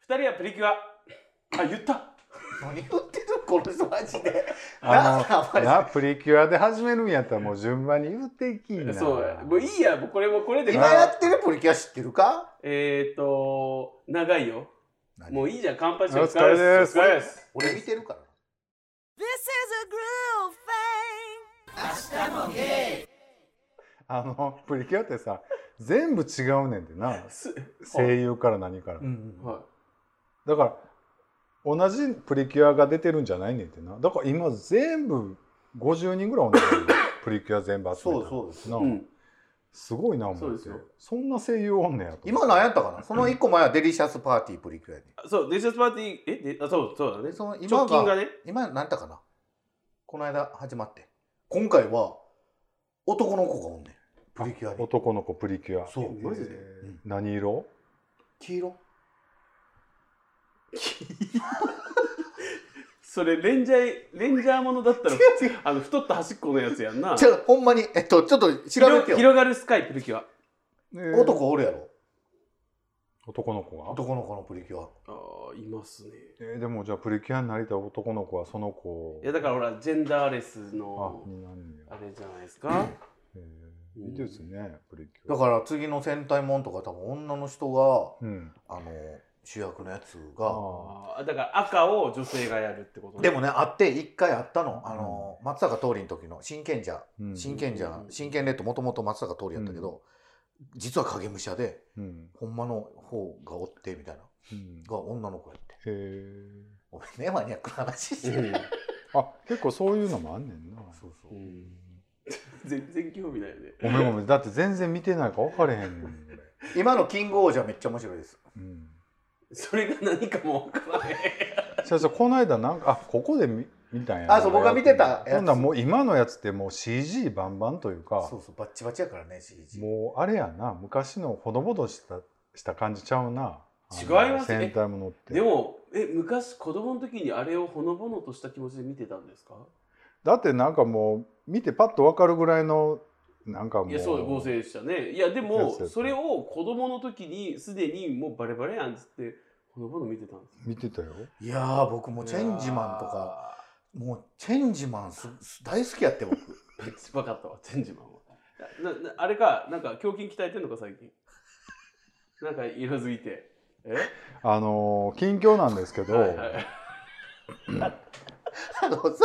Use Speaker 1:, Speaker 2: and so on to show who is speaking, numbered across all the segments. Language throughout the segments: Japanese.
Speaker 1: 二人はプリキュア。あ、言った。
Speaker 2: 何言ってるこの人マジで。なんだ
Speaker 3: あ
Speaker 2: マ
Speaker 3: の
Speaker 2: ジ
Speaker 3: なプリキュアで始めるんやったらもう順番に言っていきんな
Speaker 1: そうや。もういいや、もうこれもこれ
Speaker 2: で
Speaker 1: で。
Speaker 2: 今やってるプリキュア知ってるか
Speaker 1: えーっと、長いよ。
Speaker 2: 何
Speaker 1: もういいじゃん、乾杯しよう。
Speaker 3: お疲れです
Speaker 1: お疲れです。
Speaker 2: 俺見てるから。
Speaker 4: This is a groove thing.
Speaker 3: あのプリキュアってさ全部違うねんてな
Speaker 1: す
Speaker 3: 声優から何から、
Speaker 1: はい。
Speaker 3: だから同じプリキュアが出てるんじゃないねんてなだから今全部50人ぐらい同じプリキュア全部集め
Speaker 2: そ
Speaker 3: た
Speaker 2: うそうです。
Speaker 3: な、
Speaker 1: うん。
Speaker 3: すごいな思って
Speaker 1: そう
Speaker 3: そ
Speaker 1: ですよ
Speaker 3: んな声優おんねんやと思っ
Speaker 2: 今
Speaker 3: て
Speaker 2: 何やったかなその一個前はデリシャスパーティープリキュアやね
Speaker 1: そう、デジャスパーティー、え、であそう、そうだね
Speaker 2: で。その今
Speaker 1: 直近が
Speaker 2: が、
Speaker 1: ね。
Speaker 2: 今何やったかなこの間始まって。今回は男の子がおんねん。プリキュアに。
Speaker 3: 男の子プリキュア
Speaker 2: そう。
Speaker 1: マジで
Speaker 2: ん
Speaker 3: 何色
Speaker 2: 黄色
Speaker 1: それ、レンジャー、レンジャーものだったら、
Speaker 2: 違う違 う。
Speaker 1: あの、太った端っこのやつやんな。
Speaker 2: じゃあほんまに、えっと、ちょっと調べて
Speaker 1: 広
Speaker 2: よ。
Speaker 1: 広がるスカイプリキュア。
Speaker 2: 男おるやろ。
Speaker 3: 男の子が
Speaker 2: 男の子のプリキュア。
Speaker 1: ああ、いますね。
Speaker 3: えーでもじゃあプリキュアになりたい男の子はその子を
Speaker 1: いや、だからほら、ジェンダーレス
Speaker 3: あ
Speaker 1: の、
Speaker 3: になるんや
Speaker 1: あれじゃないですか。
Speaker 3: へーいいですねプリキュア
Speaker 2: だから次の戦隊もんとか多分女の人が、
Speaker 3: うん
Speaker 2: あの、主役のやつ
Speaker 3: あ
Speaker 2: が。
Speaker 3: ー
Speaker 1: あーだから赤を女性がやるってことね
Speaker 2: でもね、あって、一回あったの。あの、松坂桃李の時の真剣者、
Speaker 3: うん
Speaker 2: 真剣者
Speaker 1: う、ん
Speaker 2: 真剣レッド、もともと松坂桃李やったけど、実は影武者で、
Speaker 3: うん
Speaker 2: ほんまの方がおって、みたいな、
Speaker 3: うん
Speaker 2: が女の子やって。
Speaker 3: へー
Speaker 2: ごめんね、マニアックな話し てる。
Speaker 3: あ結構そういうのもあんねんな
Speaker 2: そうそうう。
Speaker 1: ん、全然興味ないよね
Speaker 3: ごめんごめんだって全然見てないから分かれへんねん俺
Speaker 2: 今のキングオージャーめっちゃ面白いです。
Speaker 3: うん
Speaker 1: それが何かも分から へん
Speaker 3: じゃあじゃあこの間なんかあここで見見たんや
Speaker 2: あそう僕が見てたやつ
Speaker 3: そんなんもう今のやつってもう CG バンバンというか
Speaker 2: そうそう、バッチバチやからね、CG。
Speaker 3: もうあれやな昔のほのぼのしたした感じちゃうな
Speaker 1: 違いますね
Speaker 3: ね戦隊ものって
Speaker 1: でもえ昔子供の時にあれをほのぼのとした気持ちで見てたんですか
Speaker 3: だってなんかもう見てパッと分かるぐらいのなんかもう
Speaker 1: いやそう合成したねいやで
Speaker 3: やつや
Speaker 1: も
Speaker 3: った
Speaker 1: それを子供の時にすでにもうバレバレやんっつってほのぼの見てたんです
Speaker 3: 見てたよ
Speaker 2: いやー、僕もチェンジマンとか、もうチェンジマンすす大好きやって、僕。
Speaker 1: いやーバカったわチェンジマンはななあれかなんか胸筋鍛えてんのか 最近なんか色づいてえ
Speaker 3: あのー近況なんですけど、
Speaker 1: はいはい
Speaker 2: あのさ、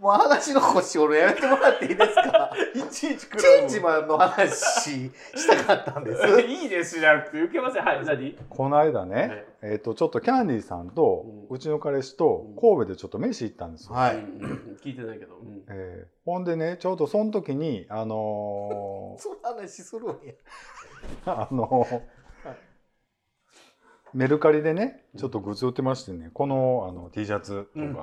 Speaker 2: もう話の腰折るのやめてもらっていいですか
Speaker 1: いちいち食
Speaker 2: チ
Speaker 1: らう
Speaker 2: ェンジマンの話したかったんです。
Speaker 1: いいですしなくて受けませんはい何
Speaker 3: この間ね、
Speaker 1: はい
Speaker 3: えっ、とちょっとキャンディーさんと、
Speaker 1: う
Speaker 3: うんちの彼氏と神戸でちょっと飯行ったんですよ、
Speaker 2: は
Speaker 1: う
Speaker 2: い。
Speaker 1: んうん聞いてないけど、うん
Speaker 3: えーほんでねちょうどその時にあの
Speaker 2: そんな話するんや。
Speaker 3: ーあのーメルカリでねちょっとグッズ売ってましてねこのあの T シャツとか、
Speaker 2: うん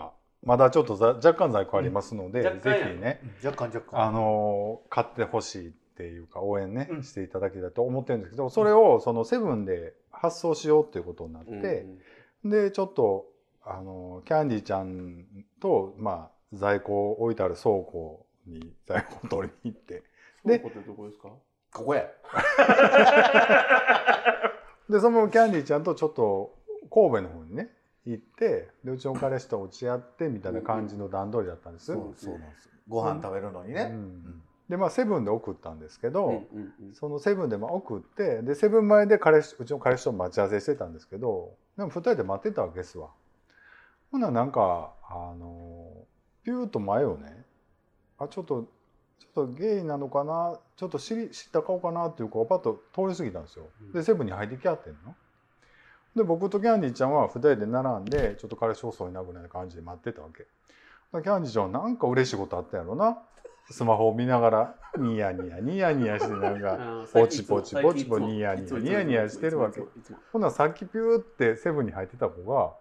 Speaker 3: まだちょっとざ若干在庫ありますので、
Speaker 1: うん若干や
Speaker 3: ぜひね
Speaker 2: 若干若干。
Speaker 3: あのー買ってほしいっていうか応援ね、
Speaker 2: うん
Speaker 3: していただきたいと思ってるんですけどそれをそのセブンで発送しようっていうことになって、
Speaker 1: うん
Speaker 3: でちょっとあのキャンディちゃんと、まあ、在庫を置いてある倉庫に在庫を取りに行って
Speaker 1: 倉庫ってどこですか
Speaker 2: ここや。
Speaker 3: でそのキャンディちゃんとちょっと神戸の方にね行ってでうちの彼氏と落ち合ってみたいな感じの段取りだったんです。
Speaker 2: そううそうなんです。ご飯食べるのにね。
Speaker 3: んでまあセブンで送ったんですけど、
Speaker 1: うんうんうん
Speaker 3: そのセブンでまあ送ってでセブン前で彼氏うちの彼氏と待ち合わせしてたんですけどでも2人で待ってたわけですわほななんかあのピューッと前をねあちょっとちょっとゲイなのかなちょっと知り知った顔かなっていう子がパッと通り過ぎたんですよ
Speaker 1: う
Speaker 3: でセブンに入ってきはってんので僕とキャンディーちゃんは2人で並んでちょっと彼氏遅いなぐらいな感じで待ってたわけだからキャンディーちゃんはなんか嬉しいことあったやろなスマホを見ながらニヤニヤニヤニヤしてなんか
Speaker 1: あー
Speaker 3: ポチポチ
Speaker 1: 最近
Speaker 3: ポチポチニヤニヤ
Speaker 1: いつも
Speaker 3: ニヤニヤしてるわけ
Speaker 1: いつも
Speaker 3: ほなさっきピューってセブンに入ってた子が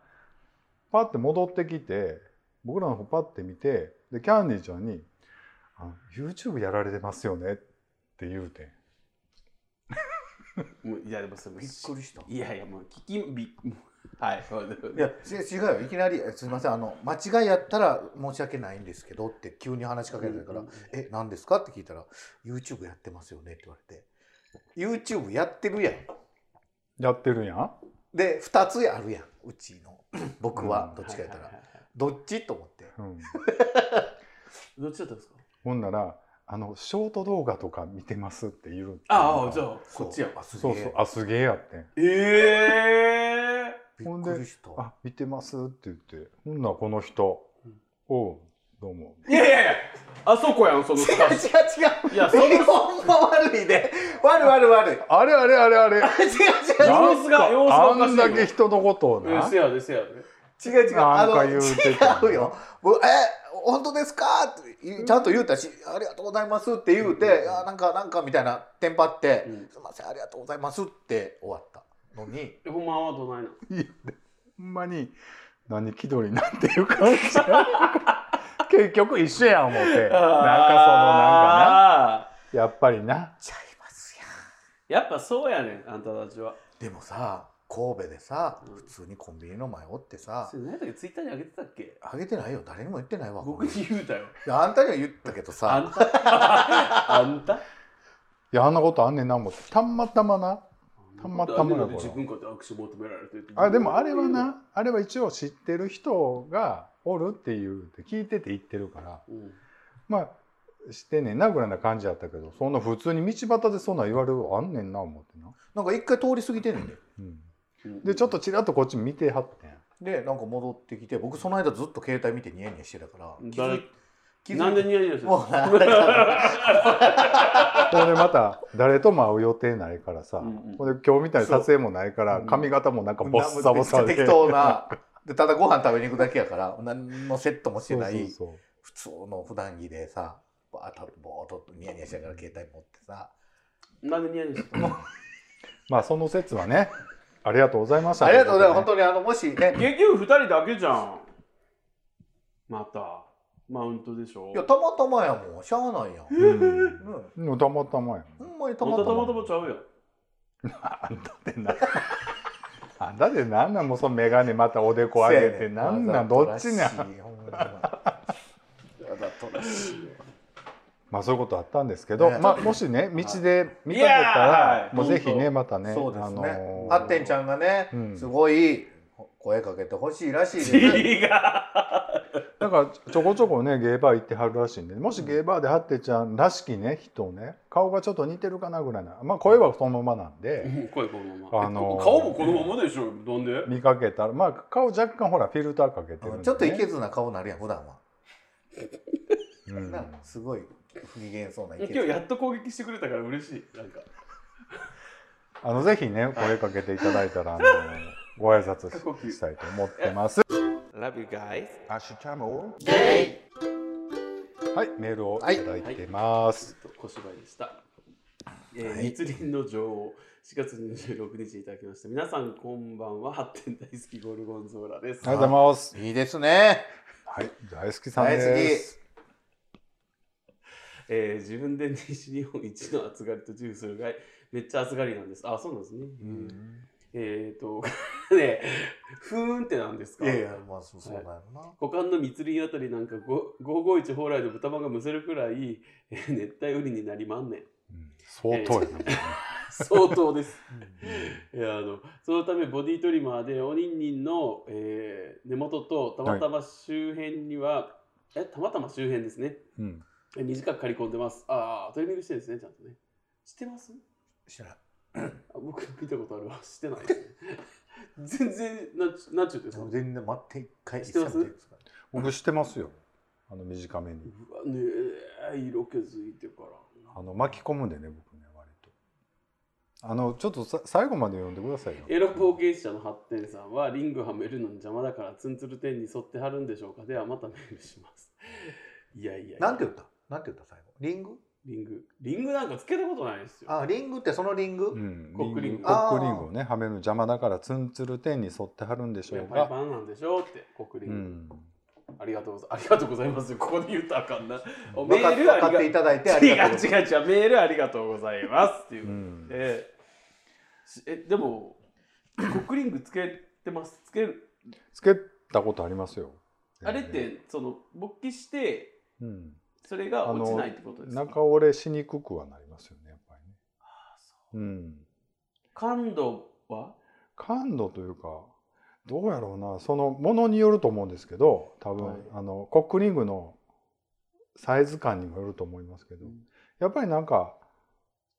Speaker 3: パッて戻ってきて僕らの方パッて見てでキャンディーちゃんに「あの YouTube やられてますよね」って言うてん
Speaker 1: もういやでもそれ
Speaker 2: びっくりした。い
Speaker 1: いやいやもう聞きびもうはいそうだよね
Speaker 2: や、ち違うよ。いきなり、えすみません。あの、間違いやったら申し訳ないんですけどって急に話しかけられたから
Speaker 1: うん、
Speaker 2: え、何ですかって聞いたら、YouTube やってますよねって言われて。YouTube やってるやん。
Speaker 3: やってるやん
Speaker 2: で2つあるやんうちの僕は
Speaker 3: うん
Speaker 2: どっちかやったら
Speaker 1: はいはいはい
Speaker 2: どっちと思って
Speaker 3: うん、
Speaker 1: どっちだったんですか
Speaker 3: ほんならあのショート動画とか見てますって言う
Speaker 1: ああじゃ
Speaker 3: あ
Speaker 1: あこっちやわ
Speaker 2: そう
Speaker 3: そうそうあすげえやってん
Speaker 1: ええ
Speaker 2: びっくりした
Speaker 3: あ見てますって言ってほんならこの人
Speaker 1: うん
Speaker 3: おうどうも
Speaker 1: いやいやいやあそこやんその
Speaker 2: 違う違
Speaker 1: スタッフいやその
Speaker 2: う違う日本も悪いで悪い悪い悪い
Speaker 3: あれあれあれあれ
Speaker 2: 違う違
Speaker 1: 様子が
Speaker 3: なんか
Speaker 1: 様子がおか し
Speaker 3: あ
Speaker 1: いよ
Speaker 3: んだけ人のことを
Speaker 1: うん
Speaker 3: な
Speaker 1: せやでせやで
Speaker 2: う違う違う違うあ
Speaker 3: なん
Speaker 2: の
Speaker 3: か言うてた
Speaker 2: 違うよもうえ本当ですかってちゃんと言うたしありがとうございますって言うて、あなんかなんかみたいなテンパって、
Speaker 1: うん
Speaker 2: すいませんありがとうございますって終わったのに
Speaker 1: えほんまはどないな
Speaker 3: ほんまに何気取りなんていう感じ結局一緒やん思っ てなんかそのなんか
Speaker 1: あ
Speaker 3: なやっぱりな
Speaker 2: ちゃいます
Speaker 1: ー
Speaker 2: や
Speaker 1: やっぱそうやねんあんたたちは
Speaker 2: んでもさ神戸でさ
Speaker 1: うん
Speaker 2: 普通にコンビニの前おってさ
Speaker 1: それ何やったっけツイッターに上げてたっけ
Speaker 2: あげてないよ誰にも言ってないわ
Speaker 1: 僕に言うたよ
Speaker 2: いやあんたには言ったけど
Speaker 1: あ
Speaker 2: さ
Speaker 1: んたあんた
Speaker 3: いやあんなことあんねんな思ってたまたまなたまたまや
Speaker 1: だ
Speaker 3: こ
Speaker 1: って
Speaker 3: れ
Speaker 1: 自分かって握手求められて
Speaker 3: あでもあれはなあれは一応知ってる人がおるっていうって聞いてて言ってるから
Speaker 1: うん
Speaker 3: まあしてんねんなぐらいな感じやったけどそんな普通に道端でそんなん言われるあんねんな思ってな、
Speaker 2: なんか一回通り過ぎてんねんで
Speaker 3: うん、
Speaker 1: うん
Speaker 3: でちょっとちらっとこっち見てはってん
Speaker 2: でなんか戻ってきて僕その間ずっと携帯見てニヤニヤしてたから気づ
Speaker 1: 誰
Speaker 2: い気づい
Speaker 1: なんでニヤニヤしてる
Speaker 2: もうなんだか
Speaker 3: これまた誰とも会う予定ないからさ、
Speaker 1: うんうん
Speaker 3: これ今日みたいに撮影もないから
Speaker 2: そう
Speaker 3: 髪型もなんかボッサボサ
Speaker 2: めっちゃ
Speaker 3: で
Speaker 2: 適当なでただご飯食べに行くだけやから何のセットもして
Speaker 3: そう
Speaker 2: な
Speaker 3: そう
Speaker 2: い
Speaker 3: そ
Speaker 2: 普通の普段着でさバーッとぼーっとニヤニヤしながら携帯持ってさ
Speaker 1: なんでニヤニヤしてるの
Speaker 3: うまあその説はねありがとうございました
Speaker 2: ありがとうございます本
Speaker 3: と
Speaker 2: 当にあのもしね
Speaker 1: 結局二人だけじゃんまたマウントでしょ
Speaker 2: いやたまたまやもんしゃあないやん、う
Speaker 3: う
Speaker 2: ん
Speaker 3: んでもたまたまや
Speaker 2: ほ
Speaker 3: もん
Speaker 2: んまにた
Speaker 1: たま
Speaker 2: また
Speaker 1: た
Speaker 2: ま
Speaker 1: またまちゃうやん
Speaker 3: あんたってなあんたってなんなんもうその眼鏡またおでこ上げてなんなんどっちな
Speaker 2: わ
Speaker 3: ん
Speaker 2: ざとらしいほんまにわざとらしい
Speaker 3: まあそういうことあったんですけど、
Speaker 2: ね
Speaker 3: まあもしね道で見かけ
Speaker 1: い
Speaker 3: たら
Speaker 1: やー
Speaker 3: もうぜひ
Speaker 1: 本
Speaker 3: ね
Speaker 1: 当
Speaker 3: またね
Speaker 2: そうですね、
Speaker 3: の
Speaker 2: あ
Speaker 3: ー
Speaker 1: っ
Speaker 2: ってんちゃんがね、
Speaker 3: うん
Speaker 2: すごい声かけてほしいらしい です、ね、
Speaker 1: 違う
Speaker 3: なんかちょこちょこねゲーバー行ってはるらしいんでもしゲーバーでハッテちゃんらしきね人をね顔がちょっと似てるかなぐらいなまあ声はそのままなんで
Speaker 1: うん声このまま、
Speaker 3: あのー
Speaker 1: 顔もこのままでしょなんで
Speaker 3: 見かけたらまあ顔若干ほらフィルターかけてるんで、ね、
Speaker 2: ちょっといけずな顔になるやん普段は、
Speaker 3: うん
Speaker 2: なんかすごい不機嫌そうないけ
Speaker 1: 今
Speaker 2: ず
Speaker 1: 日やっと攻撃してくれたから嬉しいなんか
Speaker 3: あのぜひね声かけていただいたらあのご挨拶ししたいと思ってます
Speaker 1: Love you guys
Speaker 3: アッシュチャムをはいメールをいただいてます、
Speaker 1: 小芝居でした、えー密林の女王4月26日いただきました皆さんこんばんは発展大好きゴルゴンゾーラです
Speaker 3: ありがとうございます
Speaker 2: いいですね
Speaker 3: はい大好きさん
Speaker 2: 大
Speaker 3: で
Speaker 2: 好
Speaker 3: す
Speaker 1: えー自分で西日本一の暑がりと自負するぐらいめっちゃ暑がりなんですあそうなんですね、えっ、ー、と ねふーんってなんです
Speaker 2: き
Speaker 1: か
Speaker 2: いやいやまあそうそうだよな、
Speaker 1: 股間の密林あたりなんかご551蓬莱の豚まんがむせるくらい、えー熱帯雨林になりまんねん
Speaker 3: うん相当やな、
Speaker 1: 相当です
Speaker 2: うん
Speaker 1: いやあのそのためボディトリマーでおにんにんの、えー根元とたまたま周辺には、えたまたま周辺ですね
Speaker 3: うん
Speaker 1: え短く刈り込んでますああトリミングしてるんですねちゃんとね知ってます
Speaker 2: 知らん
Speaker 1: あ僕見たことあるわ知ってないですね 全然なんなんちゅうて
Speaker 2: で
Speaker 1: さう
Speaker 2: も
Speaker 1: わね
Speaker 2: 全然待って一回
Speaker 1: 知ってます
Speaker 2: 一切待って
Speaker 3: 僕知ってますよあの短めに
Speaker 1: え色気づいてから
Speaker 3: あの巻き込むんでね僕ね割とあのちょっとさ最後まで読んでくださいよ
Speaker 1: エロ冒険者の発展さんはリングはめるのに邪魔だからツンツル天に沿ってはるんでしょうかではまたメールしますいやいやいや
Speaker 2: なんて言ったなんて言った最後リング
Speaker 1: リングリングなんかつけたことないですよ
Speaker 2: あリングってそのリング、
Speaker 3: うん、
Speaker 1: コックリング
Speaker 3: コックリングをねはめるの邪魔だからツンツル天に沿ってはるんでし
Speaker 1: いや
Speaker 3: ょう
Speaker 1: パイ
Speaker 3: か、
Speaker 1: パンなんでしょうって国
Speaker 3: う
Speaker 1: 連、
Speaker 3: ん、
Speaker 1: ありがとうございますありがとうございますここで言ったらあかんなお
Speaker 2: 分
Speaker 1: メ
Speaker 2: かっ
Speaker 1: ールあり
Speaker 2: 分か
Speaker 1: が
Speaker 2: っていただいてあり
Speaker 1: 違
Speaker 2: が
Speaker 1: う
Speaker 2: とう
Speaker 1: 違う違うメールありがとうございますっていうう、
Speaker 3: ん、
Speaker 1: えーえでも国リングつけてますつける
Speaker 3: つけたことありますよ
Speaker 1: あれっ、てその勃起して
Speaker 3: うん、
Speaker 1: それが落ちないってことですか
Speaker 3: 中折れしにくくはなりますよねやっぱりね
Speaker 1: あそう
Speaker 3: うん
Speaker 1: 感度は
Speaker 3: 感度というかどうやろうなそのものによると思うんですけど多分、
Speaker 1: はい
Speaker 3: あのコックリングのサイズ感にもよると思いますけど、
Speaker 1: うん
Speaker 3: やっぱりなんか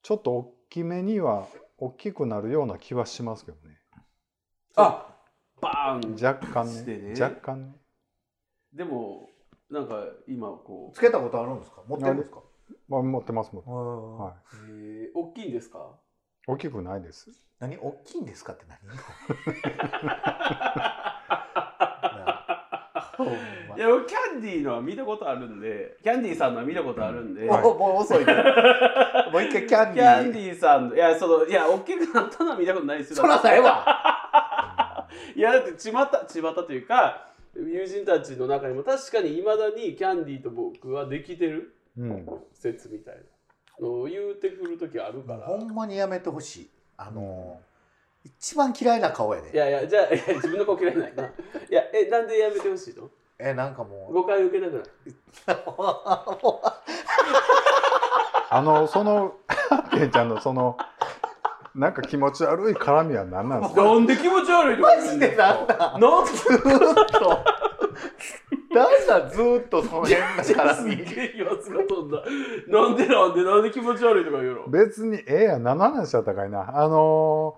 Speaker 3: ちょっと大きめには大きくなるような気はしますけどね
Speaker 1: あバーン
Speaker 3: 若干
Speaker 1: して
Speaker 3: ね
Speaker 1: ね
Speaker 3: 若干ね
Speaker 1: でもなんか今こ
Speaker 2: つけたことあるんですか持ってるんですか
Speaker 3: まあ持ってますもん、
Speaker 2: うん
Speaker 3: はい、
Speaker 1: う、えー、大きいんですか
Speaker 3: 大きくない です
Speaker 2: 何大きいんですかって何 ほんま
Speaker 1: いや僕キャンディーのは見たことあるんでキャンディーさんのは見たことあるんで、
Speaker 2: もうもう遅いねもう一回キャン
Speaker 1: キ
Speaker 2: ディ
Speaker 1: ャ
Speaker 2: ー
Speaker 1: ンディーさんのいやそのいや大きくなったのは見たことないですよ
Speaker 2: そらさえわ
Speaker 1: いやだって巷巷というか友人たちの中にも確かにいまだにキャンディーと僕はできてる
Speaker 3: うん
Speaker 1: 説みたいなのを言うてくる時あるから
Speaker 2: ほんまにやめてほしいあのー一番嫌いな顔や
Speaker 1: い
Speaker 2: で
Speaker 1: やいやじゃあいや自分の顔嫌いないないやえなんでやめてほしいの
Speaker 2: えなんかもう
Speaker 1: 誤解受けたくない
Speaker 3: あのその てんちゃんのそのなんか気持ち悪い絡みは何なん ですか
Speaker 1: なんで気持ち悪いとか
Speaker 2: マ
Speaker 1: 言う
Speaker 2: ジ
Speaker 1: んで
Speaker 2: です
Speaker 1: か
Speaker 2: なんだ
Speaker 1: なん
Speaker 2: ずーっと なんだずーっとその変なから
Speaker 1: すっげえ言わすが飛んだなんでなんでなんで気持ち悪いとか言うの
Speaker 3: 別にええやん何の話だったかいなあのー、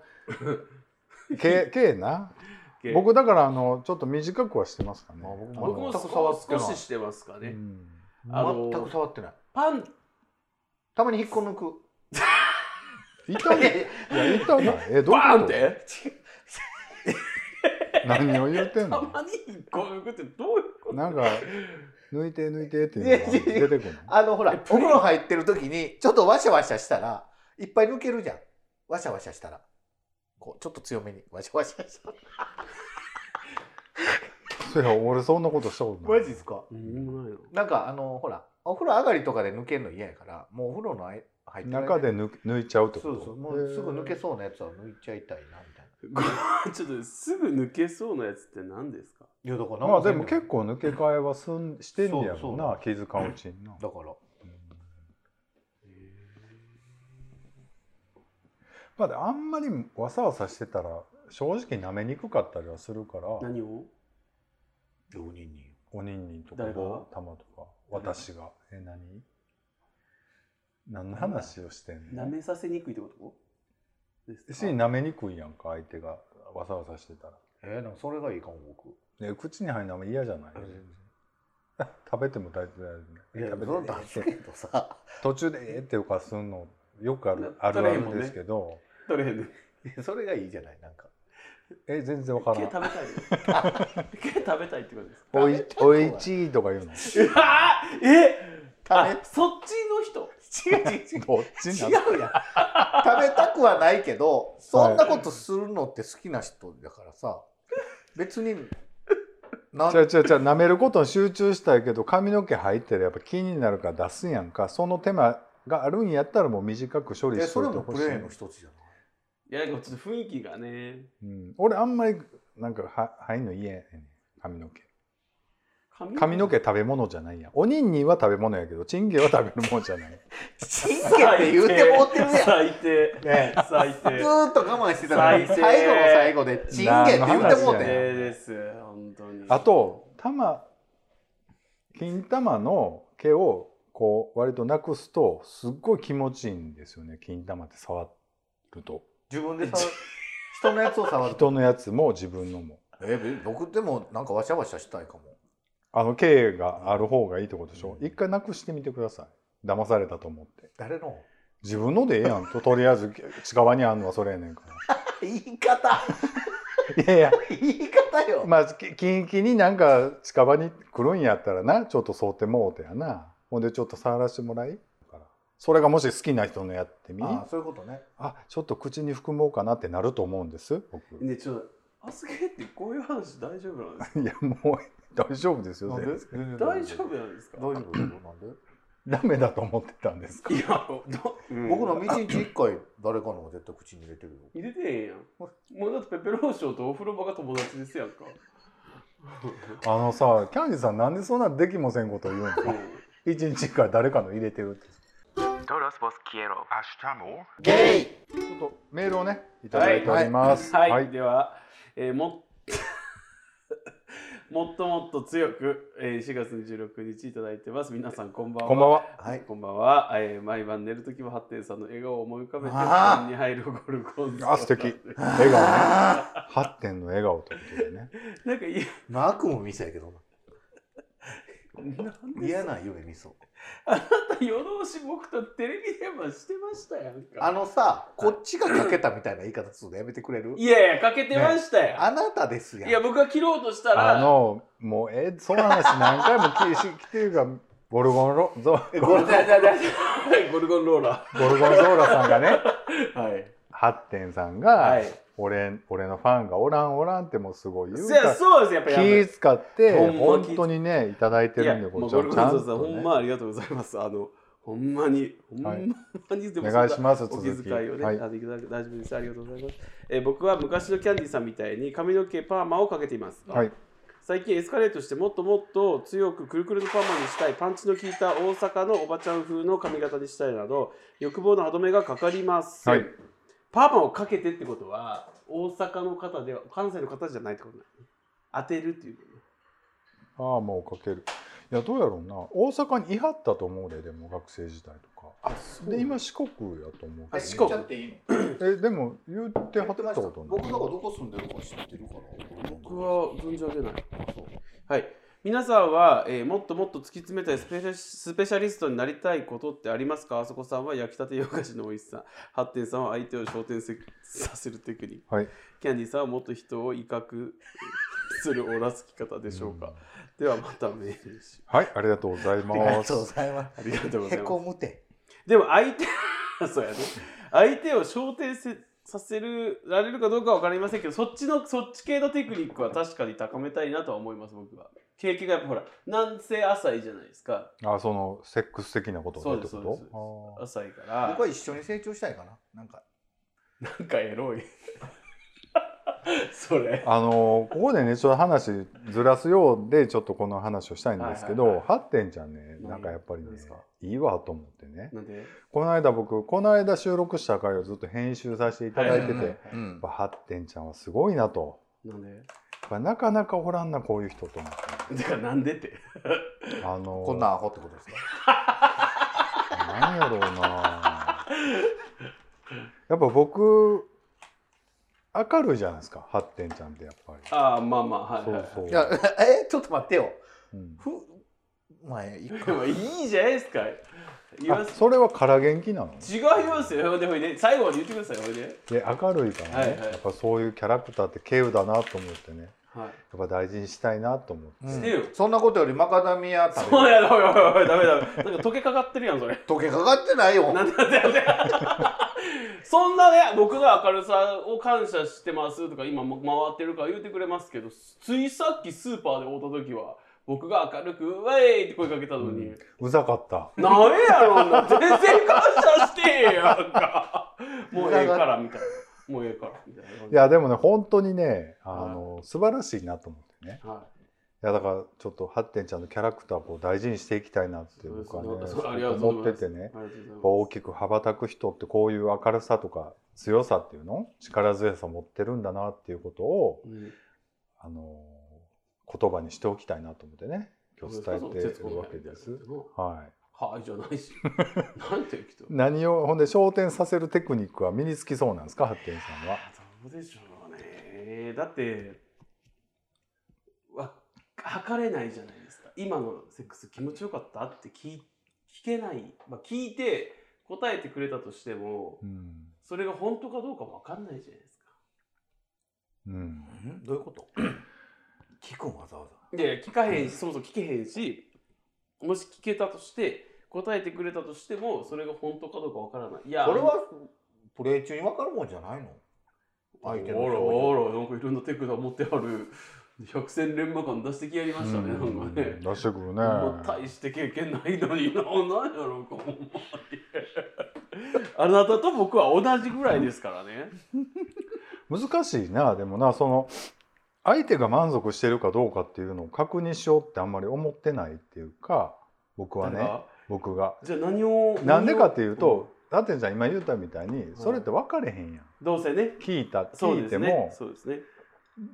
Speaker 3: けけえな僕だからあのちょっと短くはしてますかね
Speaker 1: 僕も
Speaker 2: 全く触って
Speaker 1: 少
Speaker 2: ない
Speaker 1: ししてますか
Speaker 3: う
Speaker 1: ね、
Speaker 3: ん
Speaker 1: あの
Speaker 2: 全く触ってない
Speaker 1: パン
Speaker 2: たまに引っこ抜 く
Speaker 3: 痛いいや痛ない えどういうこと
Speaker 1: バーンって
Speaker 3: 何を言うて
Speaker 1: た
Speaker 3: んの
Speaker 1: まに一個抜くってどういうこと
Speaker 3: なんか抜いて抜いてっていうのが出てくるの
Speaker 2: あのほらお風呂入ってる時にちょっとワシャワシャしたらいっぱい抜けるじゃんワシャワシャしたらこうちょっと強めにワシャワシャしたら
Speaker 3: そや俺そんなことしたことない
Speaker 2: すか
Speaker 1: うんうまいな
Speaker 2: なんかあのほらお風呂上がりとかで抜けるの嫌やからもうお風呂のあい入ってる間に
Speaker 3: 中で抜抜いちゃうってこ
Speaker 2: そ
Speaker 3: と
Speaker 2: うそうもうすぐ抜け
Speaker 3: へ
Speaker 2: そうなやつは抜いちゃいたいなみたい
Speaker 1: ご
Speaker 2: な
Speaker 1: めんちょっとすぐ抜けそうなやつって何ですか
Speaker 2: いやだから
Speaker 3: えまあでも結構抜け替えはすんしてんねやろうな気づかんうちにな
Speaker 2: だから
Speaker 3: まあで、あんまりわさわさしてたら正直舐めにくかったりはするから
Speaker 1: 何を
Speaker 2: 4人に
Speaker 3: おにんにんとか
Speaker 1: 誰が
Speaker 3: ぼたまとか私がえ何何の話をしてん
Speaker 1: 舐
Speaker 3: の
Speaker 1: めさせにくいってことですか
Speaker 3: し舐めにくいやんか相手がわさわさしてたら。
Speaker 2: えー、でもそれがいいかも僕
Speaker 3: ね、口に入るのも嫌じゃない、食べても大丈夫
Speaker 2: いやそ
Speaker 3: 食べ
Speaker 2: れは
Speaker 3: て
Speaker 2: 出すけどさ
Speaker 3: 途中でえーっていうかすんのよくあるあ
Speaker 1: 食
Speaker 3: る
Speaker 1: べ
Speaker 3: あ
Speaker 1: へんもんね
Speaker 3: るですけど、
Speaker 1: 取れへんね
Speaker 2: それがいいじゃないなんか
Speaker 3: え全然わから
Speaker 1: 毛
Speaker 3: ん
Speaker 1: 食べたい毛食べたいってことですか
Speaker 3: おいおいちいとか言う
Speaker 1: う
Speaker 3: の
Speaker 1: わーえ
Speaker 2: 食べ
Speaker 1: あそっちの人違う違う違う
Speaker 3: どっち
Speaker 2: 違
Speaker 3: な
Speaker 2: うやん食べたく はないけどそんなことするのって好きな人だからさ別になん
Speaker 3: 違う違う違う舐めることに集中したいけど髪の毛入ってるやっぱ気になるから出すんやんかその手間があるんやったらもう短く処理
Speaker 2: え
Speaker 3: し
Speaker 2: そ
Speaker 3: と
Speaker 2: れ
Speaker 3: いて
Speaker 2: も
Speaker 3: ほ
Speaker 2: プ
Speaker 3: しい
Speaker 2: レーの一つじゃない
Speaker 1: いやなんかちょっと雰囲気がね
Speaker 3: うん、俺あんまりなんかは入んの嫌やねん髪の毛
Speaker 1: 髪
Speaker 3: 髪の毛食べ物じゃないやんおにんにんは食べ物やけどチンゲは食べるもんじゃ ない
Speaker 2: チンゲって言うてもうてるやんね
Speaker 1: 最低最低
Speaker 2: ずーっと我慢してたのに
Speaker 1: 最低
Speaker 2: 最後の最後でチンゲって言うてもう
Speaker 1: 最
Speaker 2: て
Speaker 3: 何の話や
Speaker 2: ん
Speaker 1: 低です本当に
Speaker 3: あと玉金玉の毛をこう割となくすとすっごい気持ちいいんですよね金玉って触ると
Speaker 2: 自分で触る人のやつを触ると
Speaker 3: 人のやつも自分のも
Speaker 2: えべ僕でもなんかワシャワシャしたいかも
Speaker 3: あの毛がある方がいいってことでしょ、
Speaker 2: うん
Speaker 3: 一回なくしてみてください騙されたと思って
Speaker 2: 誰の
Speaker 3: 自分のでええやんととりあえず近場にあんのはそれやねんか
Speaker 2: 言い方
Speaker 3: らいやいや
Speaker 2: 言い方よ
Speaker 3: まあきキンキンになんか近場に来るんやったらなちょっと想定もうてやなほんでちょっと触らしてもらいそれがもし好きな人のやってみ
Speaker 2: ああそういうことね
Speaker 3: あちょっと口に含もうかなってなると思うんです僕
Speaker 1: ねちょっとあすげえってこういう話大丈夫なんですか
Speaker 3: いやもう大丈夫ですよ
Speaker 2: なんで
Speaker 3: 全然
Speaker 1: 大丈夫なんですか
Speaker 2: 大丈夫なんで
Speaker 3: ダメだと思ってたんです
Speaker 1: いやど、うん
Speaker 2: 僕の道日一回誰かのが絶対口に入れてるよ
Speaker 1: 入れてへんやんもうだってペペロンショーとお風呂場が友達ですやんか
Speaker 3: あのさキャンディさんなんでそんなできもせんこと言うの一日から誰かの入れてるって
Speaker 5: トロスボス消えろ。
Speaker 2: ゲイ
Speaker 3: っとメールをねいただいております。
Speaker 1: はい、では、えーもっ もっともっと強く、えー、4月26日いただいてます皆さんこんばんは
Speaker 3: こんばんは。
Speaker 2: はい。
Speaker 1: こんばんは、えー毎晩寝るときもハッテンさんの笑顔を思い浮かべて布
Speaker 2: あー
Speaker 1: 団に入るゴルゴンゾーラ
Speaker 3: あ素敵笑顔ね。
Speaker 2: ああ
Speaker 3: 8点の笑顔ということでね。
Speaker 1: なんかいや
Speaker 2: ー。まあ悪夢見そうやけど
Speaker 1: なん
Speaker 2: な。
Speaker 1: で
Speaker 2: 嫌な夢見そう。
Speaker 1: 夜通し僕とテレビ電話してましたやん
Speaker 2: あ
Speaker 1: か
Speaker 2: のさ、こっちがかけたみたいな言い方するのやめてくれる
Speaker 1: いやいやかけてましたやん
Speaker 2: あなたですやん。
Speaker 1: いや僕が切ろうとしたら
Speaker 3: あのもうえその話何回も聞いし来てるがゴルゴンロゾ
Speaker 2: え
Speaker 1: ゴ
Speaker 2: ごめ
Speaker 1: ル
Speaker 2: ん
Speaker 1: ゴンゴルゴンローラ
Speaker 3: ゴルゴンゾーラさんがね、
Speaker 1: ーはい
Speaker 3: ハッテンさん
Speaker 1: は
Speaker 3: が
Speaker 1: い
Speaker 3: 俺俺のファンがおらんおらんってもうすごい言う
Speaker 1: そ
Speaker 3: から
Speaker 1: やそうですやっぱ
Speaker 3: 気
Speaker 1: やめ
Speaker 3: 使って
Speaker 1: ほんま気
Speaker 3: 本当にねいただいて
Speaker 1: い
Speaker 3: る
Speaker 1: や
Speaker 3: んで
Speaker 1: も
Speaker 3: こ
Speaker 1: う
Speaker 3: ちら
Speaker 1: ゴル
Speaker 3: も
Speaker 1: ゴ
Speaker 3: ちゃ
Speaker 1: ン
Speaker 3: ん
Speaker 1: ゾーさん
Speaker 3: と
Speaker 1: ほん
Speaker 3: ね
Speaker 1: まありがとうございますあのほんまにほんまに、で
Speaker 3: お
Speaker 1: もそんな
Speaker 3: 願いします
Speaker 1: お
Speaker 3: 続
Speaker 1: 気
Speaker 3: き
Speaker 1: 遣いをね、
Speaker 3: はい
Speaker 1: あできるだけ大丈夫ですありがとうございます、えー僕は昔のキャンディーさんみたいに髪の毛パーマをかけています、
Speaker 3: はい
Speaker 1: 最近エスカレートしてもっともっと強くくるくるのパーマにしたいパンチの効いた大阪のおばちゃん風の髪型にしたいなど欲望の歯止めがかかります、
Speaker 3: はい
Speaker 1: パーマをかけてってことは大阪の方では関西の方じゃないってことだよね当てるっていう
Speaker 3: ああもうかけるいやどうやろうな大阪にいはったと思うででも学生時代とか
Speaker 1: あそう
Speaker 3: で今四国やと思う
Speaker 1: あ
Speaker 3: け
Speaker 1: 四国
Speaker 2: 言っ
Speaker 3: ど
Speaker 2: ちゃっていいの
Speaker 3: えでも言って
Speaker 2: 言
Speaker 3: はっ
Speaker 2: って
Speaker 3: た
Speaker 2: ました
Speaker 3: ことない
Speaker 2: 僕だからどこ住んでるか知ってるから。
Speaker 1: 僕は存じ上げない
Speaker 2: そう
Speaker 1: はい。皆さんは、えーもっともっと突き詰めたいスペシャスペシャリストになりたいことってありますかあそこさんは焼きたて洋菓子の美味しさ。ハッテンさんは相手を焦点せさせるテクニック。
Speaker 3: はい
Speaker 1: キャンディーさんはもっと人を威嚇するおらつき方でしょうか。ではまたメールし。
Speaker 3: はいありがとうござい
Speaker 2: ありが
Speaker 3: ます
Speaker 2: とうございま
Speaker 1: ありがとうご
Speaker 2: す。
Speaker 1: ざ
Speaker 2: へ
Speaker 1: いま
Speaker 2: こむて。
Speaker 1: す。でも相手、 そうやね。相手を焦点せさせるられるかどうかは分かりませんけど、そっちの、そっち系のテクニックは確かに高めたいなとは思います、僕は。経験がやっぱほら、なんせ浅いじゃないですか。
Speaker 3: あそのセックス的なこと
Speaker 1: そう
Speaker 3: で
Speaker 1: で
Speaker 3: って
Speaker 1: すそう
Speaker 3: こ
Speaker 1: です
Speaker 3: と
Speaker 1: 浅いか
Speaker 2: 僕
Speaker 1: ら
Speaker 2: は一緒に成長したいかな。なんか。
Speaker 1: なんかエロい それ
Speaker 3: あーあのーここでねちょっと話ずらすようでちょっとこの話をしたいんですけ
Speaker 1: はいはいは
Speaker 3: ど
Speaker 1: い
Speaker 3: ハッテンちゃんね
Speaker 1: 何
Speaker 3: なんかやっぱりね
Speaker 1: 何ですか
Speaker 3: いいわと思ってね
Speaker 1: なんで
Speaker 3: この間僕この間収録した回をずっと編集させていただいてて、
Speaker 1: は
Speaker 3: やっ
Speaker 2: うん
Speaker 3: ぱハッテンちゃんはすごいなと
Speaker 1: なんで
Speaker 3: やっぱなかなかおらんなこういう人と思って
Speaker 1: だからなんでって
Speaker 3: あの
Speaker 2: こんなアホってことですか。
Speaker 3: 何やろうなやっぱ僕明るいじゃないですかハッテンちゃんってやっぱり
Speaker 1: ああまあまあはい
Speaker 3: そ
Speaker 1: は
Speaker 3: うそう
Speaker 2: いや、 え、ちょっと待ってよ。
Speaker 3: うん
Speaker 2: ふ、まあ、いい
Speaker 1: いでもいいじゃないですか言わ
Speaker 3: あ
Speaker 1: す
Speaker 3: それはから元気なの
Speaker 1: 違いますよほいでほいで最後まで言ってくださいほいで
Speaker 3: で明るいからね、
Speaker 1: はいはい
Speaker 3: やっぱそういうキャラクターって稀有だなと思ってね
Speaker 1: はい
Speaker 3: やっぱ大事にしたいなと思って
Speaker 2: うん
Speaker 1: してよ
Speaker 2: そんなことよりマカダミア食べ
Speaker 1: そう
Speaker 2: る
Speaker 1: やろおいおいおいダメダメなんか溶けかかってるやんそれ
Speaker 2: 溶けかかって ないよ。
Speaker 1: なんでなんでなんでそんなね僕の明るさを感謝してますとか今も回ってるから言うてくれますけどついさっきスーパーで会うた時は僕が明るく「ウェイ!」って声かけたのに
Speaker 3: うざかった
Speaker 1: 「な、んやろんな全然感謝してへんやんかもうええから」みたいな「もうええから」みたいない
Speaker 3: やでもね本当にねあの、素晴らしいなと思ってね
Speaker 1: はい
Speaker 3: やだからちょっとハッテンちゃんのキャラクターをこう大事にしていきたいなって
Speaker 1: そうです
Speaker 3: 僕はね
Speaker 1: そうです
Speaker 3: すごく
Speaker 1: ありがとうございます
Speaker 3: 思っててねやっ
Speaker 1: ありがとうございます
Speaker 3: ぱ大きく羽ばたく人ってこういう明るさとか強さっていうの力強さ持ってるんだなっていうことを
Speaker 1: うん
Speaker 3: あの言葉にしておきたいなと思ってね今日伝えて
Speaker 1: 徹子
Speaker 3: る
Speaker 1: の
Speaker 3: わ
Speaker 1: 部
Speaker 3: け
Speaker 1: 屋みたい
Speaker 3: で
Speaker 1: な
Speaker 3: す。
Speaker 1: の
Speaker 3: はい
Speaker 1: はいじゃないしなんてきた
Speaker 3: 何をほんで焦点させるテクニックは身につきそうなんですか発展さんは。
Speaker 1: どうでしょうねだってわ測れないじゃないですか今のセックス気持ちよかったって聞い聞けない、まあ、聞いて答えてくれたとしても
Speaker 3: うん
Speaker 1: それが本当かどうか分かんないじゃないですか
Speaker 3: うん
Speaker 2: んどういうこと 聞くんわざわざ。
Speaker 1: いやいや聞かへんしそもそも聞けへんしもし聞けたとして答えてくれたとしてもそれが本当かどうか分からないいや
Speaker 2: これはプレイ中に分かるもんじゃないの
Speaker 1: あらあ
Speaker 2: 相
Speaker 1: ら
Speaker 2: 手
Speaker 1: なん
Speaker 2: の
Speaker 1: か
Speaker 2: 表
Speaker 1: いろんなテクナ持ってある百戦錬磨感出してきやりましたね、なんかね
Speaker 3: 出してくるね。
Speaker 1: もう大して経験ないのにな何やろうかほんまに あなたと僕は同じぐらいですからね
Speaker 3: 難しいなでもなその相手が満足してるかどうかっていうのを確認しようってあんまり思ってないっていうか僕は
Speaker 1: だか
Speaker 3: ね
Speaker 1: ら
Speaker 3: 僕が
Speaker 1: じゃあ何を
Speaker 3: なんでかっていうと、ラテンちゃん今言ったみたいにそれって分かれへんやん
Speaker 1: どうせね
Speaker 3: 聞いた
Speaker 1: そうで
Speaker 3: 聞いて
Speaker 1: す
Speaker 3: も
Speaker 1: ねそうですね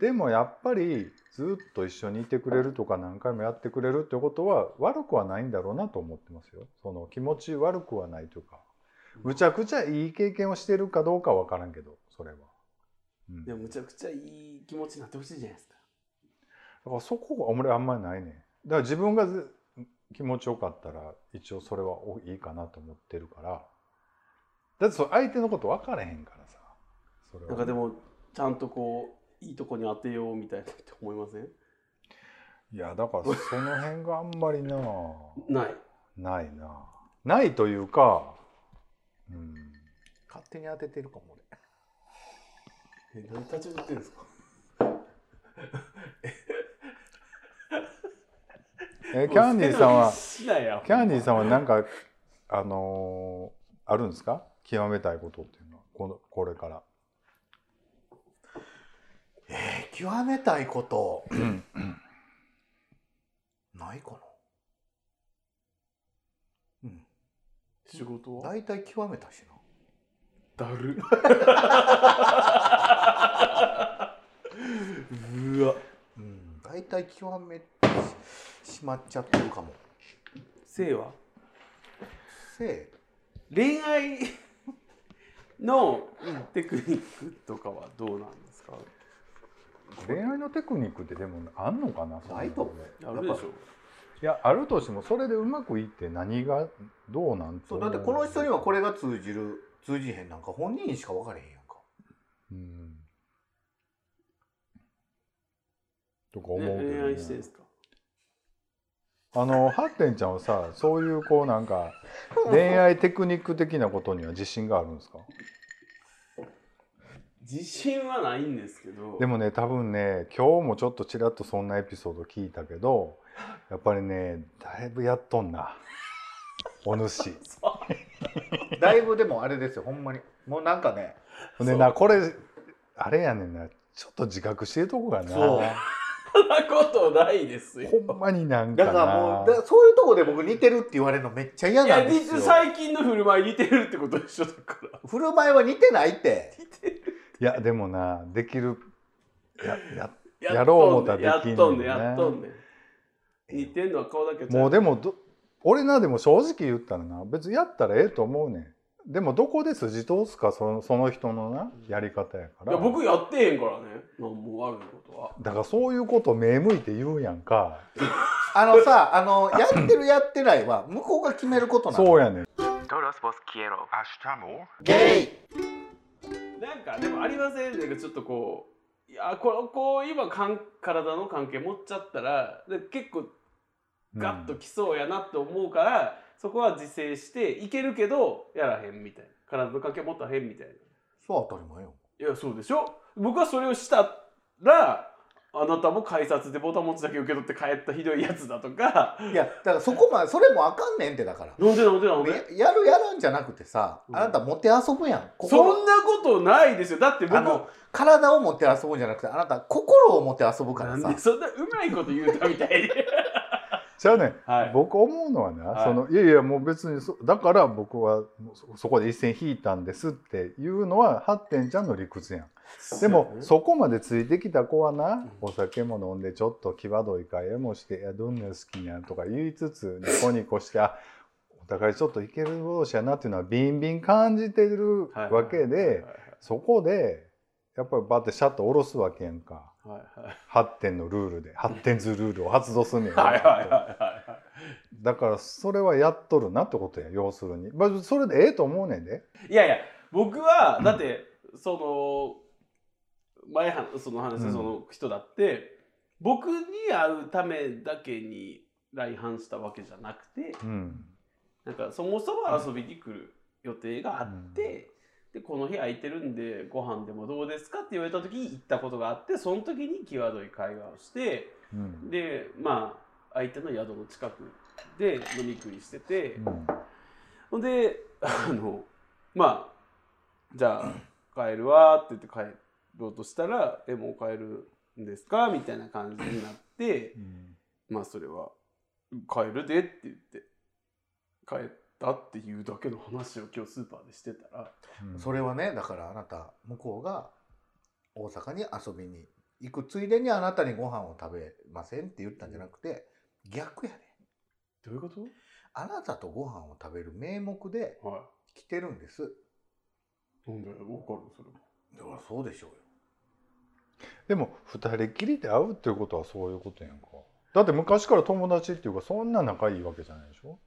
Speaker 3: でもやっぱりずっと一緒にいてくれるとか何回もやってくれるってことは悪くはないんだろうなと思ってますよその気持ち悪くはないというかむちゃくちゃいい経験をしてるかどうかは分からんけどそれは、うん、
Speaker 1: で
Speaker 3: だか
Speaker 1: もむちゃくちゃいい気持ちになってほしいじゃないですから
Speaker 3: そこは俺あんまりないねだから自分がず気持ちよかったら一応それはおいいかなと思ってるからだってそれ相手のこと分からへんからさそれは
Speaker 1: なんかでもちゃんとこういいとこに当てようみたいなって思いません
Speaker 3: いやだからその辺があんまりな
Speaker 1: ない
Speaker 3: ないなないというか、うん、
Speaker 2: 勝手に当ててるかも俺
Speaker 1: え何立ち寄ってんですか
Speaker 3: えキャンディーさんは
Speaker 1: しないや
Speaker 3: キャンディーさんはなんかあのーあるんですか極めたいことっていうのはこのこれから
Speaker 2: えー極めたいこと
Speaker 3: ん
Speaker 2: ないかなうん
Speaker 1: 仕事は
Speaker 2: 大体極めたしな
Speaker 1: だる うわ
Speaker 2: うん大体極めてししまっちゃってるかも
Speaker 1: 性は
Speaker 2: せい
Speaker 1: 恋愛のテクニックとかはどうなんですか
Speaker 3: 恋愛のテクニックってでもあんのかなそんの
Speaker 2: ないと思う
Speaker 1: あるでしょ
Speaker 3: いやあるとしてもそれでうまくいって何がどうなんて
Speaker 2: そうだってこの人にはこ
Speaker 3: れ、
Speaker 2: れが通じる通じへんなんか本人にしか分からへんやんか
Speaker 3: うん、とか
Speaker 1: ね
Speaker 3: 思うけどね、
Speaker 1: 恋愛してですか
Speaker 3: あのハッテンちゃんはさそういうこうなんか恋愛テクニック的なことには自信があるんですか
Speaker 1: 自信はないんですけど
Speaker 3: でもね多分ね今日もちょっとちらっとそんなエピソード聞いたけどやっぱりねだいぶやっとんなお主
Speaker 2: だいぶでもあれですよほんまにもうなんかね
Speaker 3: ほんでなこれあれやねんなちょっと自覚してるとこがな
Speaker 2: そう
Speaker 1: そんなことないですよ
Speaker 3: ほんまになんか
Speaker 2: だ
Speaker 3: な
Speaker 2: からもうだそういうとこで僕似てるって言われるのめっちゃ嫌
Speaker 1: い
Speaker 2: な
Speaker 1: や
Speaker 2: んですよ
Speaker 1: 最近の振る舞い似てるってことでしょだから
Speaker 2: 振る舞いは似てないって
Speaker 3: いやでもなできるやや
Speaker 1: っ
Speaker 3: やろう思ったら
Speaker 1: やっ
Speaker 3: できん
Speaker 1: と
Speaker 3: の
Speaker 1: ん
Speaker 3: よね
Speaker 1: ねやっとんね似てんのは顔だけちゃ
Speaker 3: もうでもど俺なでも正直言ったらな別にやったらええと思うねんでもどこで筋通すかそのその人のなやり方やか
Speaker 1: い
Speaker 3: ら
Speaker 1: や僕やってへんからね何も悪いことは
Speaker 3: だからそういうこと目向いて言うやんか
Speaker 2: あの さあのやってるやってないは向こうが決めることなの
Speaker 3: そうやねん
Speaker 5: Todos vos quiero.
Speaker 2: ゲイ
Speaker 1: なんかでもありませんなんかちょっとこういやこれこう今かん体の関係持っちゃったらで結構ガッときそうやなって思うから、そこは自制していけるけどやらへんみたいな体の関係持ったらへんみたいな
Speaker 2: そう当たり前よ
Speaker 1: いやそうでしょ僕はそれをしたらあなたも改札でボタン持ちだけ受け取って帰ったひどいやつだとか
Speaker 2: いやだからそこまでそれもあかんねんってだから
Speaker 1: なんでなんでなんで
Speaker 2: ややるやらんじゃなくてさあなた持って遊ぶやん
Speaker 1: そ
Speaker 2: 心
Speaker 1: んなことないですよだって僕
Speaker 2: あの体を持って遊ぶんじゃなくてあなた心を持って遊ぶから
Speaker 1: な
Speaker 2: さ
Speaker 1: んでそんなうまいこと言うたみた いに
Speaker 3: じゃあね、
Speaker 1: はい
Speaker 3: 僕思うのはな、
Speaker 1: はい
Speaker 3: そのいやいやもう別にそだから僕はもうそそこで一線引いたんですっていうのはハッテンちゃんの理屈やんでもそこまでついてきた子はなお酒も飲んでちょっと際どい会話もして「いやどんな好きなん?」とか言いつつニコニコして「あお互いちょっといける同士やな」っていうのはビンビン感じてる
Speaker 1: はい
Speaker 3: わけ
Speaker 1: はいはい
Speaker 3: でそこでやっぱりバッてシャッと下ろすわけやんか
Speaker 1: はいはい
Speaker 3: 発展のルールで発展図ルールを発動すんね ん
Speaker 1: はいはいはいは
Speaker 3: だからそれはやっとるなってことや要するに、まあ、それでええと思うねんで
Speaker 1: い。いやいや、僕は、だって、その、前は、その話、
Speaker 3: うん
Speaker 1: その人だって、僕に会うためだけに来反したわけじゃなくて、
Speaker 3: うん
Speaker 1: なんかそもそも遊びに来る予定があって、で、この日空いてるんで、ご飯でもどうですかって言われた時に行ったことがあって、その時に際どい会話をして、
Speaker 3: うん
Speaker 1: で、まあ、相手の宿の近くで飲み食いしてて、
Speaker 3: うん
Speaker 1: ほんで、あの、まあ、じゃあ、帰るわって言って帰ろうとしたら、え、もう帰るんですかみたいな感じになって、まあ、それは、帰るでって言って、帰ったっていうだけの話を今日スーパーでしてたら
Speaker 3: うん
Speaker 2: それはねだからあなた向こうが大阪に遊びに行くついでにあなたにご飯を食べませんって言ったんじゃなくて逆やね
Speaker 1: どういうこと
Speaker 2: あなたとご飯を食べる名目で
Speaker 1: は
Speaker 2: 来てるんです
Speaker 1: い。なんでわかるそれも。
Speaker 2: だからそうでしょうよ
Speaker 3: でも二人きりで会うっていうことはそういうことやんかだって昔から友達っていうかそんな仲いいわけじゃないでしょ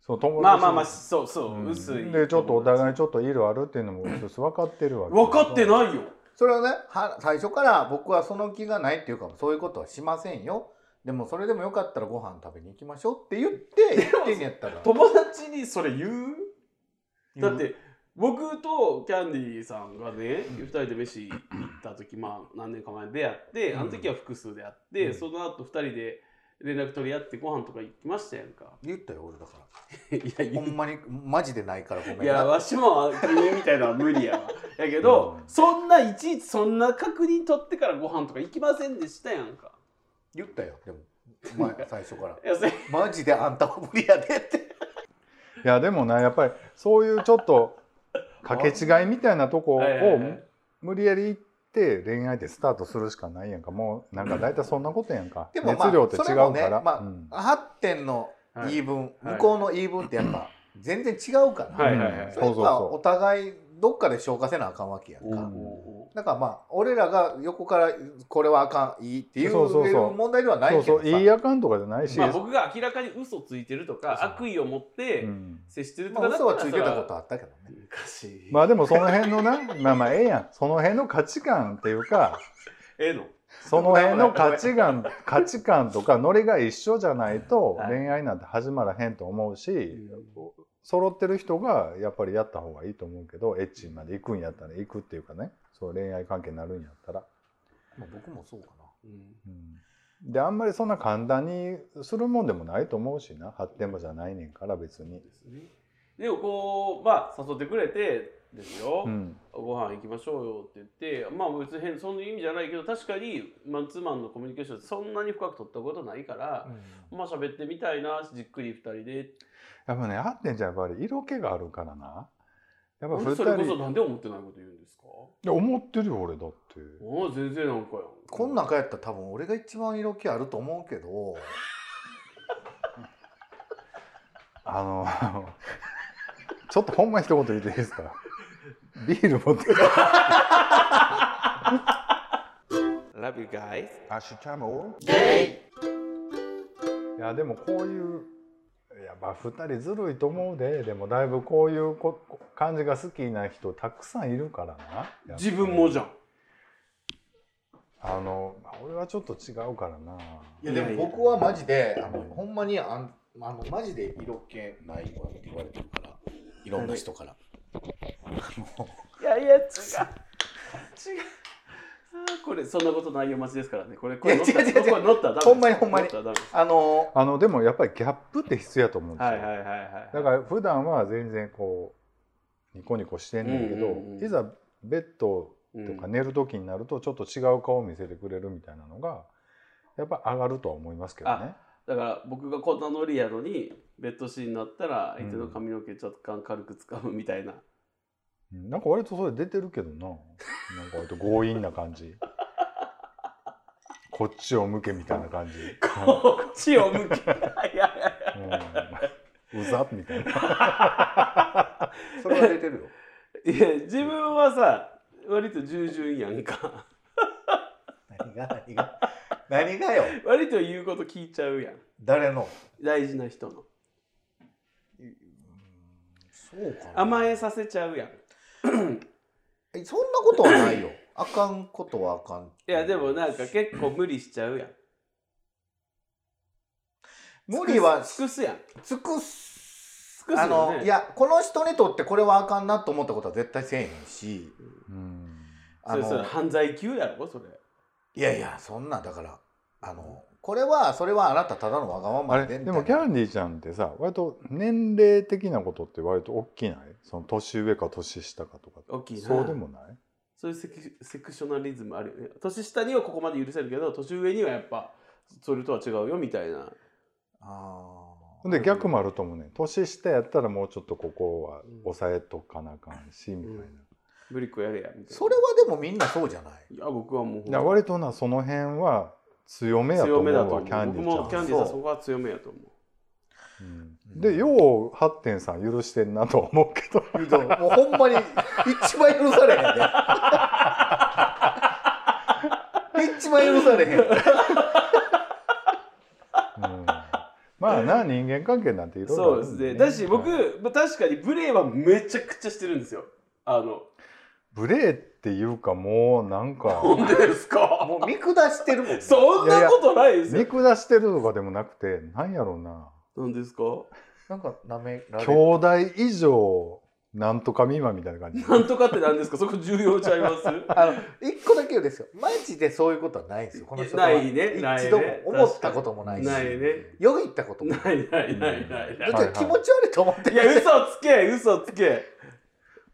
Speaker 3: その友達
Speaker 1: まあまあまあ、そうそう、
Speaker 3: うん
Speaker 1: 薄い。
Speaker 3: でちょっとお互いち
Speaker 1: ょっ
Speaker 3: ょっと色あるっていうのもうすうす分かってるわけ
Speaker 1: 分かってないよ。
Speaker 2: それはねは最初から僕はその気がないっていうかそういうことはしませんよでもそれでもよかったらご飯食べに行きましょうって言って言ってんやったら
Speaker 1: 友達にそれ言う
Speaker 2: 言
Speaker 1: だ
Speaker 2: う
Speaker 1: って、僕とキャンディーさんがね、
Speaker 2: うん
Speaker 1: 二人で飯行った時、まあ何年か前に出会って、
Speaker 2: うん
Speaker 1: あの時は複数で会って、
Speaker 2: うん
Speaker 1: その後二人で連絡取り合ってご飯とか行きましたやんか。
Speaker 2: 言ったよ俺だか
Speaker 1: いや、言
Speaker 2: ら ほんまにマジでないからごめん
Speaker 1: い
Speaker 2: な
Speaker 1: やわしも君みたいなのは無理やわやけど、
Speaker 3: うん
Speaker 1: そんないちいちそんな確認取ってからご飯とか行きませんでしたやんか
Speaker 2: 言ったよでもお前最初から
Speaker 1: いやそれ
Speaker 2: マジであんたは無理やでって
Speaker 3: いやでもなやっぱりそういうちょっと掛け違いみたいなとこを
Speaker 1: はいはいはい
Speaker 3: 無理やり行って恋愛でスタートするしかないやんかもうなんか大体そんなことやんか
Speaker 2: でもまあ
Speaker 3: 熱量って違うか
Speaker 2: そ
Speaker 3: ら
Speaker 2: れもねまあ
Speaker 3: うん
Speaker 2: 8点の言い分、
Speaker 1: はい
Speaker 2: 向こうの言い分ってやっぱ全然違うから、
Speaker 1: はいはいはい
Speaker 2: そ
Speaker 3: そ
Speaker 2: れ
Speaker 3: う
Speaker 2: は
Speaker 3: そう
Speaker 2: まあお
Speaker 3: そ
Speaker 2: 互いどっかで消化せなあかんわけやん
Speaker 1: おうお
Speaker 2: か、
Speaker 1: うおう
Speaker 2: だからまあ俺らが横からこれはあかんいいっていう
Speaker 3: そうそうそう
Speaker 2: 問題では
Speaker 3: う
Speaker 2: ない
Speaker 3: そう
Speaker 2: けど
Speaker 3: そ
Speaker 2: さ
Speaker 3: ういいやかんとかじゃないし、
Speaker 1: まあ僕が明らかに嘘ついてるとか
Speaker 2: そう
Speaker 1: 悪意を持って
Speaker 3: うん
Speaker 1: 接してると
Speaker 2: ま
Speaker 1: か
Speaker 2: あ、
Speaker 1: だった
Speaker 2: 嘘
Speaker 1: ら
Speaker 2: はついてたことあったけどね
Speaker 1: 昔
Speaker 3: まあでもその辺のな まあまあええやんその辺の価値観っていうか
Speaker 1: ええの
Speaker 3: その辺の価値観価値観とかノリが一緒じゃないと
Speaker 1: はい
Speaker 3: 恋愛なんて始まらへんと思うし、揃ってる人がやっぱりやった方がいいと思うけどエッチまで行くんやったら行くっていうかねそう恋愛関係になるんやったら、
Speaker 2: まあ僕もそうかな
Speaker 1: うん
Speaker 3: うん、であんまりそんな簡単にするもんでもないと思うしな発展場じゃないねんから別
Speaker 1: で
Speaker 3: に、
Speaker 1: すねでもこうまあ誘ってくれてですよ、
Speaker 3: うん、
Speaker 1: ご飯行きましょうよって言ってまあ別に変そんな意味じゃないけど確かにマンツーマンのコミュニケーションってそんなに深く取ったことないから、まあ喋ってみたいなじっくり二人で
Speaker 3: やっぱね発展じゃやっぱり色気があるからなやっぱ
Speaker 1: 俺
Speaker 3: 二
Speaker 1: それこそ
Speaker 3: 人い
Speaker 1: なんで思ってないこと言うんですか
Speaker 3: や思ってるよ俺だって
Speaker 1: ああ全然なんかやん
Speaker 2: こん中やったら多分俺が一番色気あると思うけど
Speaker 3: あの ちょっとほんま一言言っていいですかビール持ってきた
Speaker 1: Love you guys
Speaker 3: アシュチャムいやでもこういうやっぱ2人ずるいと思うででもだいぶこういうこ感じが好きな人たくさんいるからなやっぱり
Speaker 1: 自分もじゃん
Speaker 3: あの俺はちょっと違うからない
Speaker 2: やでも僕はマジであのほんまにあんあのマジで色気ないわって言われてるからいろんな人から。
Speaker 1: いやいや違う違うあーこれそんなことないよ待ちですからねこれこれ乗った
Speaker 2: いや違う違う違う
Speaker 1: ここ乗ったらダメです
Speaker 2: ほんまにほんまに
Speaker 1: 乗ったらダメです
Speaker 2: あの
Speaker 3: あのでもやっぱりギャップって必要やと思うんですよ、
Speaker 1: はいはいはいはい
Speaker 3: だから普段は全然こうニコニコしてんねんけど、
Speaker 1: うんうんうん
Speaker 3: いざベッド
Speaker 1: うん
Speaker 3: とか寝る時になるとちょっと違う顔を見せてくれるみたいなのがやっぱ上がるとは思いますけどね。
Speaker 1: だから僕がこんなノリやのにベッドシーンになったら相手の髪の毛ちょっと軽く掴むみたいな、
Speaker 3: うんなんか割とそれ出てるけどな。なんか割と強引な感じ。こっちを向けみたいな感じ。
Speaker 1: こっちを向けいやいやいや
Speaker 3: うん、うざみたいな。
Speaker 2: ーそれは出てるよ。
Speaker 1: いや自分はさ割と従順やんか
Speaker 2: 何が何が何がよ
Speaker 1: 割と言うこと聞いちゃうやん
Speaker 2: 誰の
Speaker 1: 大事な人の
Speaker 2: そうかな
Speaker 1: 甘えさせちゃうやんい
Speaker 2: えそんなことはないよ。あかんことはあかん。
Speaker 1: やでもなんか結構無理しちゃうやん
Speaker 2: 無理は
Speaker 1: 尽くすやん
Speaker 2: 尽
Speaker 1: 尽く
Speaker 2: くす。
Speaker 1: すよね
Speaker 2: あのいやこの人にとってこれはあかんなと思ったことは絶対せえへんし、
Speaker 3: うん。
Speaker 2: あ
Speaker 1: それそれ
Speaker 2: の
Speaker 1: 犯罪級やろそれ
Speaker 2: いやいやそんなだからあのこれはそれはあなたただのわがま
Speaker 3: あ
Speaker 2: ま
Speaker 3: れ
Speaker 2: でみ
Speaker 3: で
Speaker 2: たい
Speaker 3: も
Speaker 2: な
Speaker 3: キャンディーちゃんってさ割と年齢的なことって割と大きないその年上か年下かとかって
Speaker 1: 大きいな
Speaker 3: そうでもない
Speaker 1: そういうセクセクショナリズムあるよね年下にはここまで許せるけど年上にはやっぱそれとは違うよみたいな
Speaker 2: あ
Speaker 3: ほんで逆もあると思うねん年下やったらもうちょっとここは抑えとかなあかんしみたいな。
Speaker 1: ブリックやれやみたいな
Speaker 2: それはでもみんなそうじゃない
Speaker 1: いや僕はもう
Speaker 3: だから割となその辺は強めやと
Speaker 1: 強
Speaker 3: 思
Speaker 1: め
Speaker 3: う
Speaker 1: だと
Speaker 3: わ
Speaker 1: 思う
Speaker 3: キャンデ
Speaker 1: 僕も
Speaker 3: ィ
Speaker 1: キ
Speaker 3: ち
Speaker 1: ャ
Speaker 3: ゃ
Speaker 1: ン
Speaker 3: ん
Speaker 1: ディーさん
Speaker 2: そ
Speaker 1: そうこは強めやと思う
Speaker 3: うんでよう8点さん許してんなとは思うけ ど
Speaker 2: もうほんまに一番許されへんね一番許されへん
Speaker 3: うんまあな人間関係なんていろいろ
Speaker 1: そう
Speaker 3: ある
Speaker 1: です
Speaker 3: ん
Speaker 1: ね。だし僕、
Speaker 3: はい
Speaker 1: まあ確かにブレーはめちゃくちゃしてるんですよ。あの、
Speaker 3: 無礼っていうかもうなんか
Speaker 1: 本当ですか
Speaker 2: もう見下してるもんね
Speaker 1: そんなことないですよ。
Speaker 3: 見下してるとかでもなくてなんやろうな
Speaker 1: なんですか
Speaker 2: なんかなめられ
Speaker 3: 兄弟以上なんとか未満みたいな 感じ
Speaker 1: なんとかってなんですかそこ重要ちゃいます
Speaker 2: あの一個だけですよマジでそういうことはないんですよこの人は
Speaker 1: ないねないね
Speaker 2: 一度も思ったこともないし
Speaker 1: ないね。
Speaker 2: よぎったことも
Speaker 1: ないないないないな
Speaker 2: だ
Speaker 1: い。
Speaker 3: は
Speaker 2: って気持ち悪いと思って
Speaker 1: いや、
Speaker 2: る
Speaker 1: 嘘つけ嘘つけ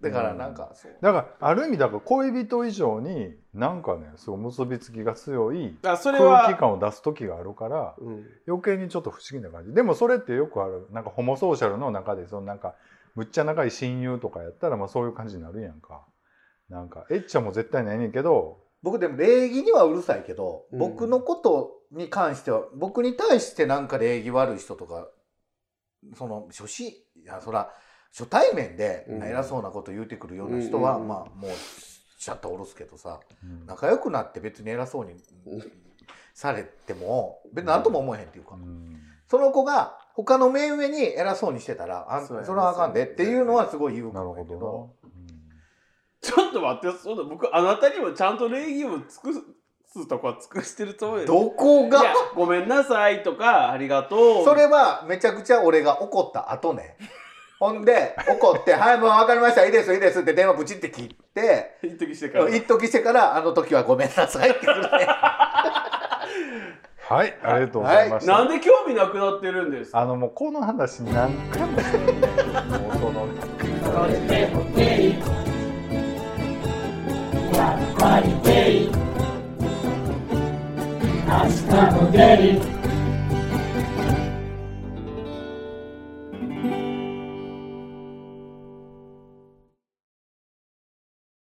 Speaker 2: だからなんかそう
Speaker 3: だからある意味だから恋人以上になんかねすごい結びつきが強い
Speaker 1: あ、それは。
Speaker 3: 空気感を出す時があるから
Speaker 1: うん
Speaker 3: 余計にちょっと不思議な感じでもそれってよくあるなんかホモソーシャルの中でそのなんかむっちゃ仲いい親友とかやったらまあそういう感じになるやんかなんかエッチャも絶対ないねんけど
Speaker 2: 僕でも礼儀にはうるさいけど、
Speaker 1: うん
Speaker 2: 僕のことに関しては僕に対してなんか礼儀悪い人とかその初心いやそら初対面で
Speaker 1: うん
Speaker 2: 偉そうなこと言うてくるような人
Speaker 1: う
Speaker 2: は、
Speaker 1: んうんうん
Speaker 2: まあもうシャッと下ろすけどさ
Speaker 3: うん
Speaker 2: 仲良くなって別に偉そうに
Speaker 1: うん
Speaker 2: されても別に何とも思えへんっていうか、
Speaker 3: うん
Speaker 2: その子が他の目上に偉そうにしてたら「あん
Speaker 1: そ
Speaker 2: そう
Speaker 1: やね
Speaker 2: れはあかんで」っていうのはすごい言う
Speaker 3: な
Speaker 2: か
Speaker 3: る
Speaker 2: もや
Speaker 3: ほ
Speaker 2: けど
Speaker 3: ど
Speaker 1: ちょっと待って、そうだ、僕、あなたにもちゃんと礼儀を尽くすとこは尽くしてるつもりです。
Speaker 2: どこ
Speaker 1: いや
Speaker 2: が、
Speaker 1: ごめんなさいとか、ありがとう。
Speaker 2: それはめちゃくちゃ俺が怒った後ね。ほんで、怒って、 はい、もう分かりました、いいです、いいですって電話ブチって切って、
Speaker 1: 一時してから。
Speaker 2: 一時してから、あの時はごめんなさいって言うね。
Speaker 3: はいありがとうございました、
Speaker 1: なんで興味なくなってるんですか
Speaker 3: あのもうこの話何回もしてるもうその
Speaker 5: やっぱりゲイ明日もゲイ